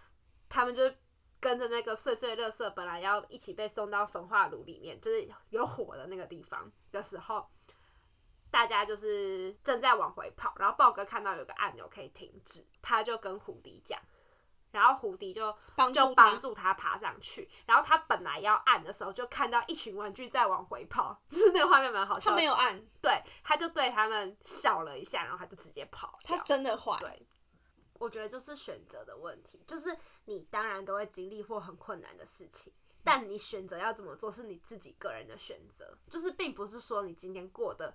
B: 他们就是跟着那个碎碎垃圾，本来要一起被送到焚化炉里面，就是有火的那个地方的时候，大家就是正在往回跑，然后豹哥看到有个按钮可以停止，他就跟胡迪讲，然后胡迪就
A: 帮助他
B: 就帮助他爬上去，然后他本来要按的时候，就看到一群玩具在往回跑，就是那个画面蛮好笑
A: 他
B: 的。
A: 没有按，
B: 对，他就对他们笑了一下，然后他就直接跑掉
A: 他真的坏。
B: 对，我觉得就是选择的问题，就是你当然都会经历或很困难的事情，但你选择要怎么做是你自己个人的选择，就是并不是说你今天过得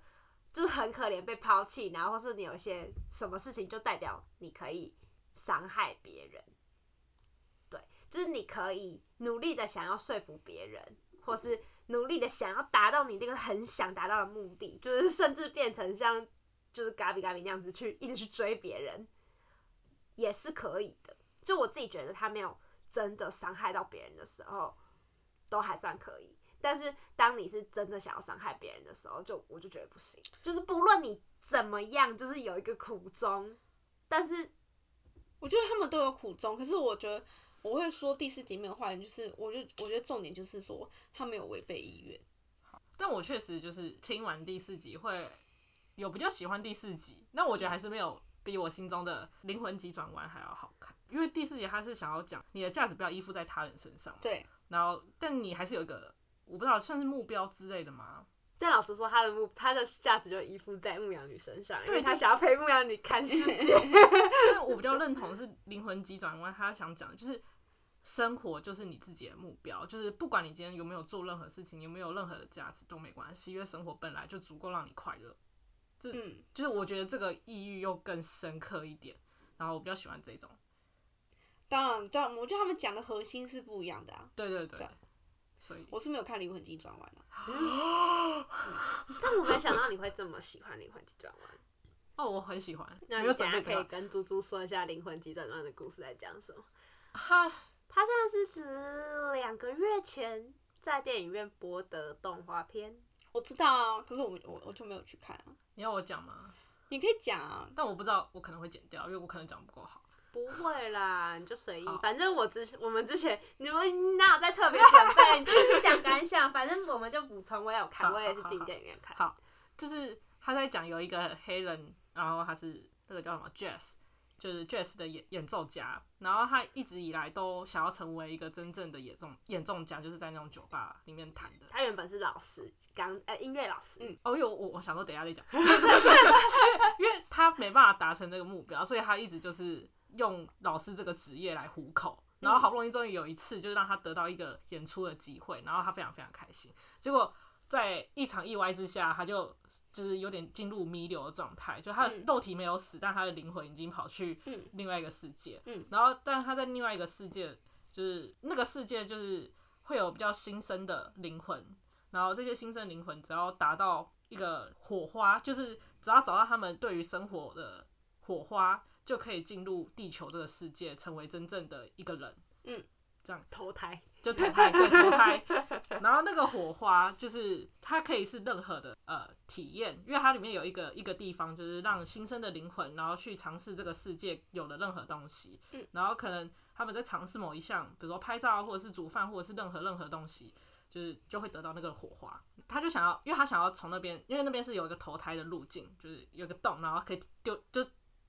B: 就是很可怜被抛弃，然后或是你有一些什么事情就代表你可以伤害别人，对，就是你可以努力的想要说服别人，或是。努力的想要达到你那个很想达到的目的，就是甚至变成像就是嘎比嘎比那样子去一直去追别人，也是可以的。就我自己觉得他没有真的伤害到别人的时候，都还算可以。但是当你是真的想要伤害别人的时候，就我就觉得不行。就是不论你怎么样，就是有一个苦衷，但是
A: 我觉得他们都有苦衷，可是我觉得我会说第四集没有坏人，就是我就我觉得重点就是说他没有违背意愿。
C: 但我确实就是听完第四集会有比较喜欢第四集，那我觉得还是没有比我心中的灵魂急转弯还要好看，因为第四集它是想要讲你的价值不要依附在他人身上嘛，
A: 对，
C: 然后但你还是有一个我不知道算是目标之类的吗？
B: 但老实说，他的目他的价值就依附在牧羊女身上，因
C: 对
B: 为他
C: 对
B: 想要陪牧羊女看世界。
C: 但我比较认同是灵魂急转弯，他想讲的就是生活就是你自己的目标，就是不管你今天有没有做任何事情，有没有任何的价值都没关系，因为生活本来就足够让你快乐。
A: 嗯，
C: 就是我觉得这个意义又更深刻一点，然后我比较喜欢这种。
A: 当然，当然，我觉得他们讲的核心是不一样的啊。
C: 对对对
A: 对，
C: 所以
A: 我是没有看《灵魂急转弯》啊，
B: 但我没想到你会这么喜欢《灵魂急转弯》，
C: 哦，我很喜欢。
B: 那
C: 没
B: 你
C: 有
B: 等
C: 准
B: 一
C: 备
B: 下可以
C: 的
B: 跟猪猪说一下《灵魂急转弯》的故事在讲什么？
C: 话，哈，
B: 它现在是指两个月前在电影院播的动画片。
A: 我知道啊，可是我我我就没有去看啊。
C: 你要我讲吗？
A: 你可以讲啊，
C: 但我不知道，我可能会剪掉，因为我可能讲不够好。
B: 不会啦，你就随意
C: 好。
B: 反正我之前我们之前你们哪有在特别准备？你就是讲感想，反正我们就补充。我也有看，
C: 好
B: 我也是
C: 好
B: 进
C: 好
B: 电影院看。
C: 好，就是他在讲有一个黑人，然后他是那个叫什么 Jazz，就是 Jazz 的演演奏家，然后他一直以来都想要成为一个真正的演奏演奏家，就是在那种酒吧里面弹的。
B: 他原本是老师，钢呃音乐老师。
A: 嗯
C: 哦，因为我我我想说等一下再讲，因为因为他没办法达成这个目标，所以他一直就是用老师这个职业来糊口。然后好不容易终于有一次，就是让他得到一个演出的机会，然后他非常非常开心。结果在一场意外之下，他就就是有点进入弥留的状态，就他的
A: 嗯
C: 肉体没有死，但他的灵魂已经跑去
A: 嗯
C: 另外一个世界。
A: 嗯
C: 然后但他在另外一个世界，就是那个世界就是会有比较新生的灵魂，然后这些新生灵魂只要达到一个火花，就是只要找到他们对于生活的火花，就可以进入地球这个世界，成为真正的一个人。
B: 投胎，
C: 就投胎，对投胎。然后那个火花就是它可以是任何的呃体验，因为它里面有一个一个地方，就是让新生的灵魂，然后去尝试这个世界有的任何东西。
A: 嗯
C: 然后可能他们在尝试某一项，比如说拍照啊，或者是煮饭，或者是任何任何东西。就是就会得到那个火花，他就想要，因为他想要从那边，因为那边是有一个投胎的路径，就是有一个洞，然后可以丢就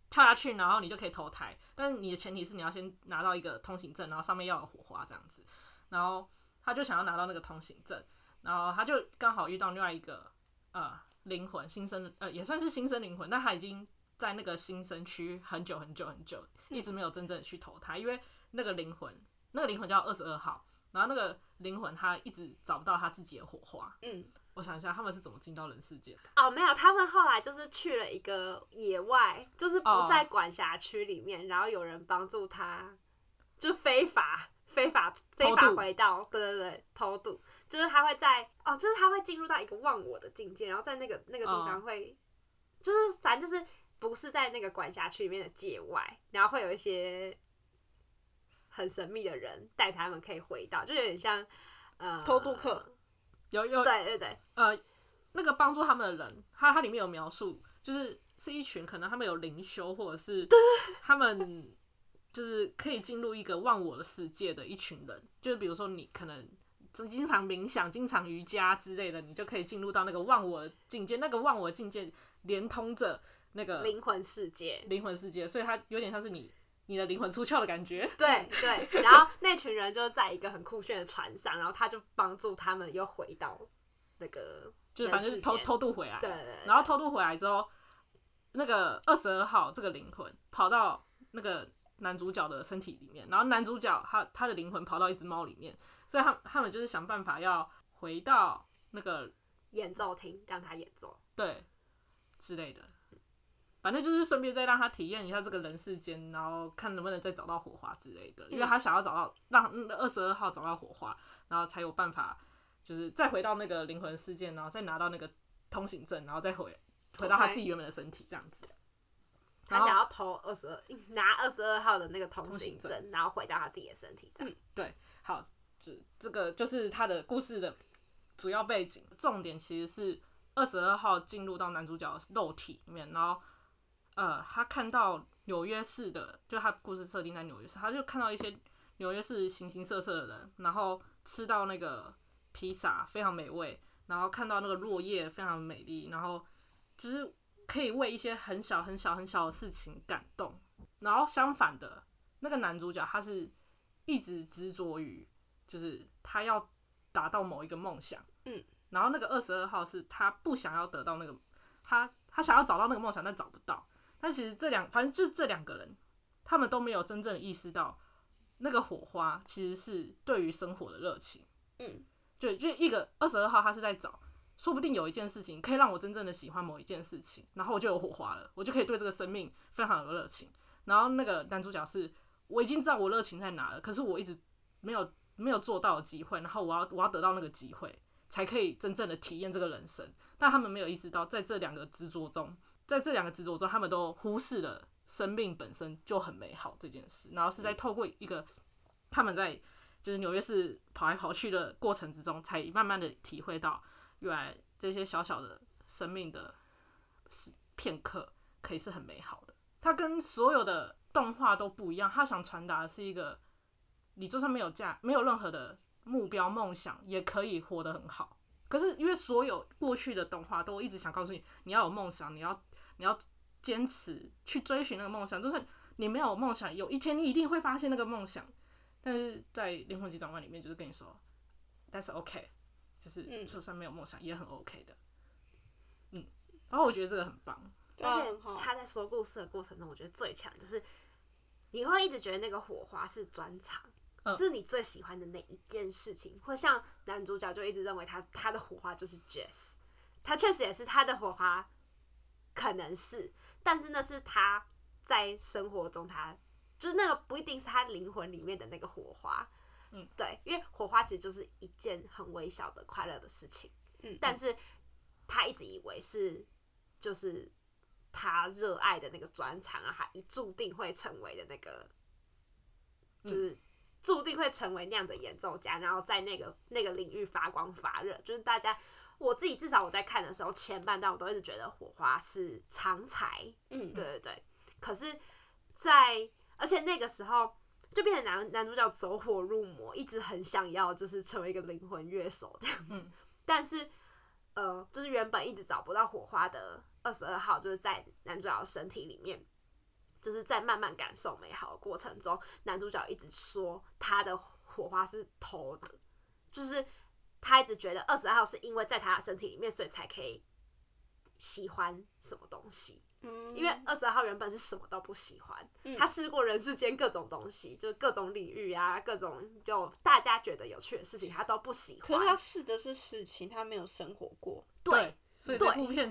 C: 跳下去，然后你就可以投胎，但是你的前提是你要先拿到一个通行证，然后上面要有火花这样子。然后他就想要拿到那个通行证，然后他就刚好遇到另外一个呃灵魂新生，呃也算是新生灵魂，但他已经在那个新生区很久很久很久，一直没有真正的去投胎，因为那个灵魂，那个灵魂叫二十二号，然后那个灵魂他一直找不到他自己的火花。
A: 嗯，
C: 我想一下，他们是怎么进到人世界的？
B: 哦，没有，他们后来就是去了一个野外，就是
C: 哦
B: 不在管辖区里面，然后有人帮助他，就非法非法非
C: 偷
B: 法
C: 渡
B: 回到，对对对，偷渡，就是他会在哦，就是他会进入到一个忘我的境界，然后在那个那个地方
C: 哦
B: 会，就是反正就是不是在那个管辖区里面的界外，然后会有一些很神秘的人带他们可以回到，就有点像呃
A: 偷渡客，
C: 有有
B: 对对对，
C: 呃，那个帮助他们的人，他他里面有描述，就是是一群可能他们有灵修，或者是他们就是可以进入一个忘我的世界的一群人，就是比如说你可能。经常冥想、经常瑜伽之类的，你就可以进入到那个忘我的境界。那个忘我的境界连通着那个
B: 灵魂世界，
C: 灵魂世界，所以它有点像是你你的灵魂出窍的感觉。
B: 对对，然后那群人就在一个很酷炫的船上，然后他就帮助他们又回到那个
C: 就是反正
B: 人
C: 就是
B: 世
C: 偷
B: 间
C: 偷渡回来。
B: 对对对
C: 然后偷渡回来之后，那个二十二号这个灵魂跑到那个男主角的身体里面，然后男主角他他的灵魂跑到一只猫里面，所以他他们就是想办法要回到那个
B: 演奏厅让他演奏，
C: 对之类的。反正就是顺便再让他体验一下这个人世间，然后看能不能再找到火花之类的，因为他想要找到让二十二号找到火花，然后才有办法就是再回到那个灵魂世界，然后再拿到那个通行证，然后再回回到他自己原本的身体这样子。
B: 他
C: 然后
B: 想要投二十二拿二十二号的那个通
C: 通
B: 行
C: 行证
B: 证，然后回到他自己的身体上。
A: 嗯
C: 好，就是这个就是他的故事的主要背景，重点其实是二十二号进入到男主角的肉体里面，然后呃，他看到纽约市的，就他故事设定在纽约市，他就看到一些纽约市形形色色的人，然后吃到那个披萨非常美味，然后看到那个落叶非常美丽，然后就是可以为一些很小很小很小的事情感动。然后相反的，那个男主角他是一直执着于，就是他要达到某一个梦想，
A: 嗯，
C: 然后那个二十二号是他不想要得到那个，他他想要找到那个梦想，但找不到。但其实这两，反正就是这两个人，他们都没有真正意识到那个火花其实是对于生活的热情。
A: 嗯，
C: 就就一个二十二号，他是在找，说不定有一件事情可以让我真正的喜欢某一件事情，然后我就有火花了，我就可以对这个生命非常有热情。然后那个男主角是，我已经知道我热情在哪了，可是我一直没有没有做到的机会，然后我要我要得到那个机会，才可以真正的体验这个人生。但他们没有意识到，在这两个执着中，在这两个执着中，他们都忽视了生命本身就很美好这件事，然后是在透过一个他们在就是纽约市跑来跑去的过程之中，才慢慢的体会到，原来这些小小的生命的是片刻可以是很美好的。它跟所有的动画都不一样，它想传达的是一个，你就算没有价，没有任何的目标梦想，也可以活得很好。可是因为所有过去的动画都一直想告诉你，你要有梦想，你要你要坚持去追寻那个梦想，就是你没有梦想，有一天你一定会发现那个梦想。但是在《灵魂急转弯》里面，就是跟你说，that's OK，就是
A: 嗯
C: 就算没有梦想也很 OK 的。嗯，然后我觉得这个很棒，
A: 对
B: 而
A: 啊，
B: 且
A: 很好。
B: 嗯他在说故事的过程中，我觉得最强就是你会一直觉得那个火花是专长，
C: 嗯
B: 是你最喜欢的那一件事情，会像男主角就一直认为他他的火花就是 Jess，他确实也是他的火花，可能是，但是那是他在生活中他就是那个不一定是他灵魂里面的那个火花，
C: 嗯，
B: 对，因为火花其实就是一件很微小的快乐的事情，
A: 嗯
B: 但是他一直以为是就是他热爱的那个专长啊，他一注定会成为的那个，就是注定会成为那样的演奏家，然后在那个那个领域发光发热。就是大家，我自己至少我在看的时候，前半段我都一直觉得火花是常才，
A: 嗯，
B: 对对对。可是在，而且那个时候就变成男男主角走火入魔，一直很想要就是成为一个灵魂乐手这样子。
C: 嗯
B: 但是，呃，就是原本一直找不到火花的呃二十二号，就是在男主角的身体里面。就是在慢慢感受美好的过程中，男主角一直说他的火花是投的，就是他一直觉得二十二号是因为在他的身体里面，所以才可以喜欢什么东西。
A: 嗯
B: 因为二十号原本是什么都不喜欢，
A: 嗯
B: 他试过人世间各种东西，就是各种领域啊，各种有大家觉得有趣的事情，他都不喜
A: 可
B: 欢
A: 是。他试的是事情，他没有生活过。
B: 对，
C: 所以这
B: 对
C: 部片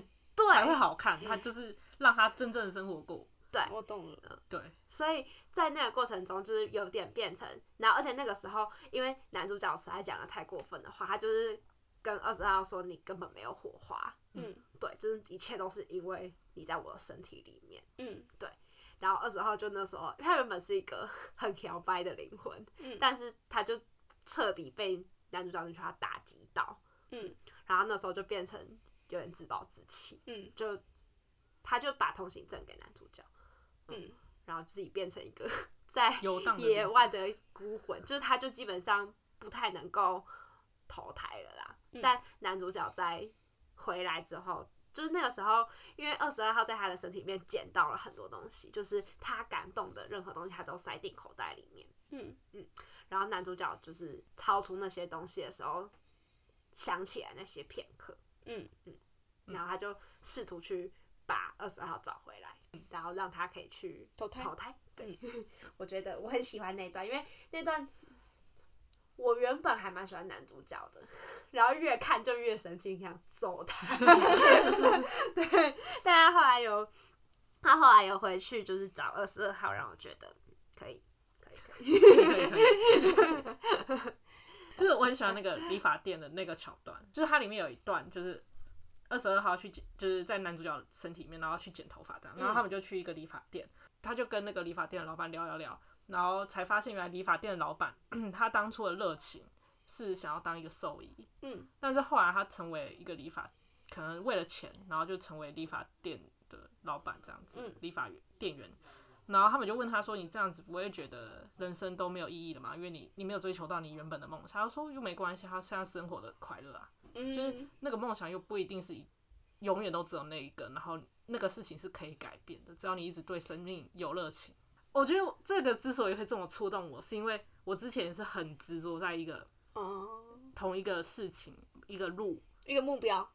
C: 才会
B: 对
C: 好看，它就是让他真正的生活过。
B: 对，
A: 我懂了，
C: 对，
B: 所以在那个过程中，就是有点变成，然后而且那个时候，因为男主角实在讲的太过分的话，他就是跟二十号说你根本没有火花，
A: 嗯
B: 对，就是一切都是因为你在我的身体里面。
A: 嗯
B: 然后二十号就那时候，他原本是一个很摇摆的灵魂，
A: 嗯
B: 但是他就彻底被男主角那句话打击到，
A: 嗯
B: 然后那时候就变成有点自暴自弃，
A: 嗯
B: 就他就把通行证给男主角，
A: 嗯，
B: 然后自己变成一个 在
C: 游荡的
B: 野
C: 灵
B: 外的孤魂，就是他就基本上不太能够投胎了啦。
A: 嗯
B: 但男主角在回来之后，就是那个时候，因为二十二号在他的身体里面捡到了很多东西，就是他感动的任何东西，他都塞进口袋里面。
A: 嗯
B: 然后男主角就是掏出那些东西的时候，想起来那些片刻，
A: 嗯
C: 嗯
B: 然后他就试图去把二十二号找回来，然后让他可以去
A: 投胎
B: 投胎。对， 我觉得我很喜欢那一段，因为那段我原本还蛮喜欢男主角的， 然后越看就越生气，想揍他。 对，但他后来有，他后来有回去就是找二十二号，让我觉得可以，可以，可以。
C: 可以可以可以。 就是我很喜欢那个理发店的那个桥段，就是它里面有一段就是。二十二号去剪，就是在男主角身体里面，然后去剪头发这样，然后他们就去一个理发店，他就跟那 个理发店的老板聊聊聊，然后才发现原来理发店的老板他当初的热情是想要当一个兽医，
A: 嗯，
C: 但是后来他成为一个理发，可能为了钱，然后就成为理发店的老板这样子，
A: 嗯
C: 理发员店员。然后他们就问他说：“你这样子不会觉得人生都没有意义了吗？因为你你没有追求到你原本的梦想。”他说：“又没关系，他现在生活的快乐啊，就是
A: 嗯，
C: 那个梦想又不一定是一永远都只有那一个，然后那个事情是可以改变的，只要你一直对生命有热情。我觉得这个之所以会这么触动我，是因为我之前是很执着在一个
A: 哦，
C: 同一个事情、一个路、
A: 一个目标，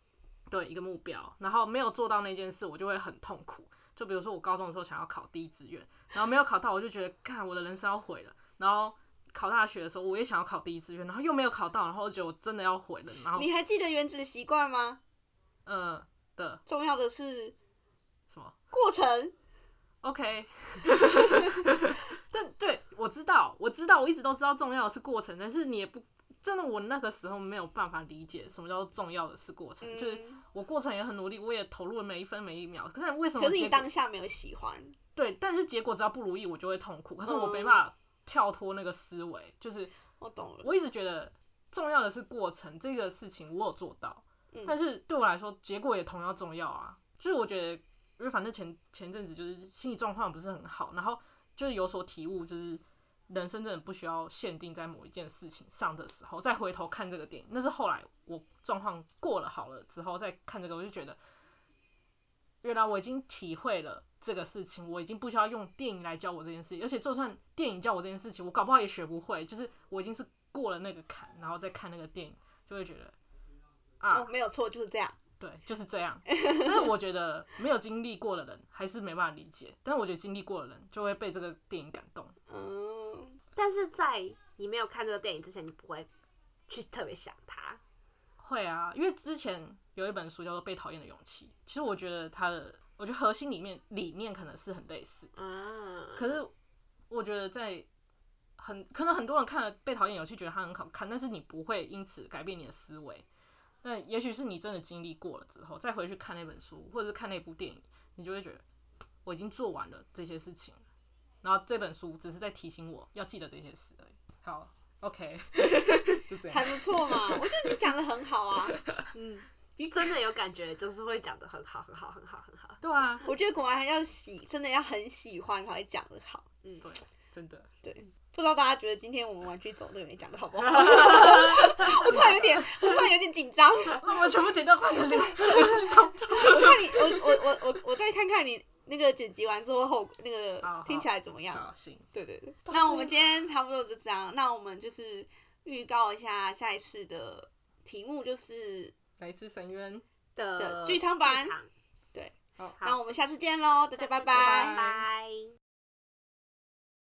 C: 对一个目标，然后没有做到那件事，我就会很痛苦。就比如说我高中的时候想要考第一志愿，然后没有考到，我就觉得看我的人生要毁了。然后考大学的时候，我也想要考第一志愿，然后又没有考到，然后我觉得我真的要毁了。然后
A: 你还记得原子习惯吗？
C: 呃的
A: 重要的是
C: 什么？
A: 过程，
C: OK，但对我知道，我知道，我一直都知道重要的是过程，但是你也不真的，我那个时候没有办法理解什么叫做重要的是过程，就是
A: 嗯，
C: 我过程也很努力，我也投入了每一分每一秒，可是为什么
A: 可是
C: 结
A: 你
C: 果
A: 当下没有喜欢，
C: 对，但是结果只要不如意，我就会痛苦，可是我
A: 嗯
C: 没办法跳脱那个思维，就是
A: 我懂了，
C: 我一直觉得重要的是过程这个事情，我有做到，
A: 嗯
C: 但是对我来说，结果也同样重要啊。就是我觉得，因为反正前前阵子就是心理状况不是很好，然后就是有所体悟，就是人生真的不需要限定在某一件事情上的时候，再回头看这个电影，那是后来我状况过了好了之后再看这个，我就觉得，原来我已经体会了。这个事情我已经不需要用电影来教我这件事情，而且就算电影教我这件事情，我搞不好也学不会。就是我已经是过了那个坎，然后再看那个电影，就会觉得啊，
A: 哦，没有错，就是这样，
C: 对，就是这样。 但是我觉得没有经历过的人还是没办法理解，但是我觉得经历过的人就会被这个电影感动。
A: 嗯，
B: 但是在你没有看这个电影之前，你不会去特别想它。
C: 会啊，因为之前有一本书叫做《被讨厌的勇气》，其实我觉得它的，我觉得核心里面理念可能是很类似，
B: 嗯，
A: 啊
C: 可是我觉得在很可能很多人看了《被讨厌勇气》觉得它很好看，但是你不会因此改变你的思维。那也许是你真的经历过了之后，再回去看那本书或者是看那部电影，你就会觉得我已经做完了这些事情，然后这本书只是在提醒我要记得这些事而已。好，OK，就这
A: 还
C: 样。
A: 不错嘛，我觉得你讲的很好啊，
B: 你真的有感觉，就是会讲的很好，很好，很好，很好。
C: 对啊，
A: 我觉得果然还要喜，真的要很喜欢才会讲的好。
B: 嗯，
C: 对，真的。
A: 不知道大家觉得今天我们玩具总动员讲的好不好？ 我突然有点，我突然有点紧张。我
C: 那我们全部剪掉，快点！
A: 看你，我我我我我再看看你那个剪辑完之后后那
C: 好
A: 个
C: 好
A: 听起来怎么样？
C: 好，行，
A: 对对对。那我们今天差不多就这样。那我们就是预告一下下一次的题目，就是
C: 来自深渊。
B: 的
A: 剧场版
B: 剧场
A: 对。
C: 好
A: 那我们下次见喽，大家拜拜
B: 拜
C: 拜
B: 拜。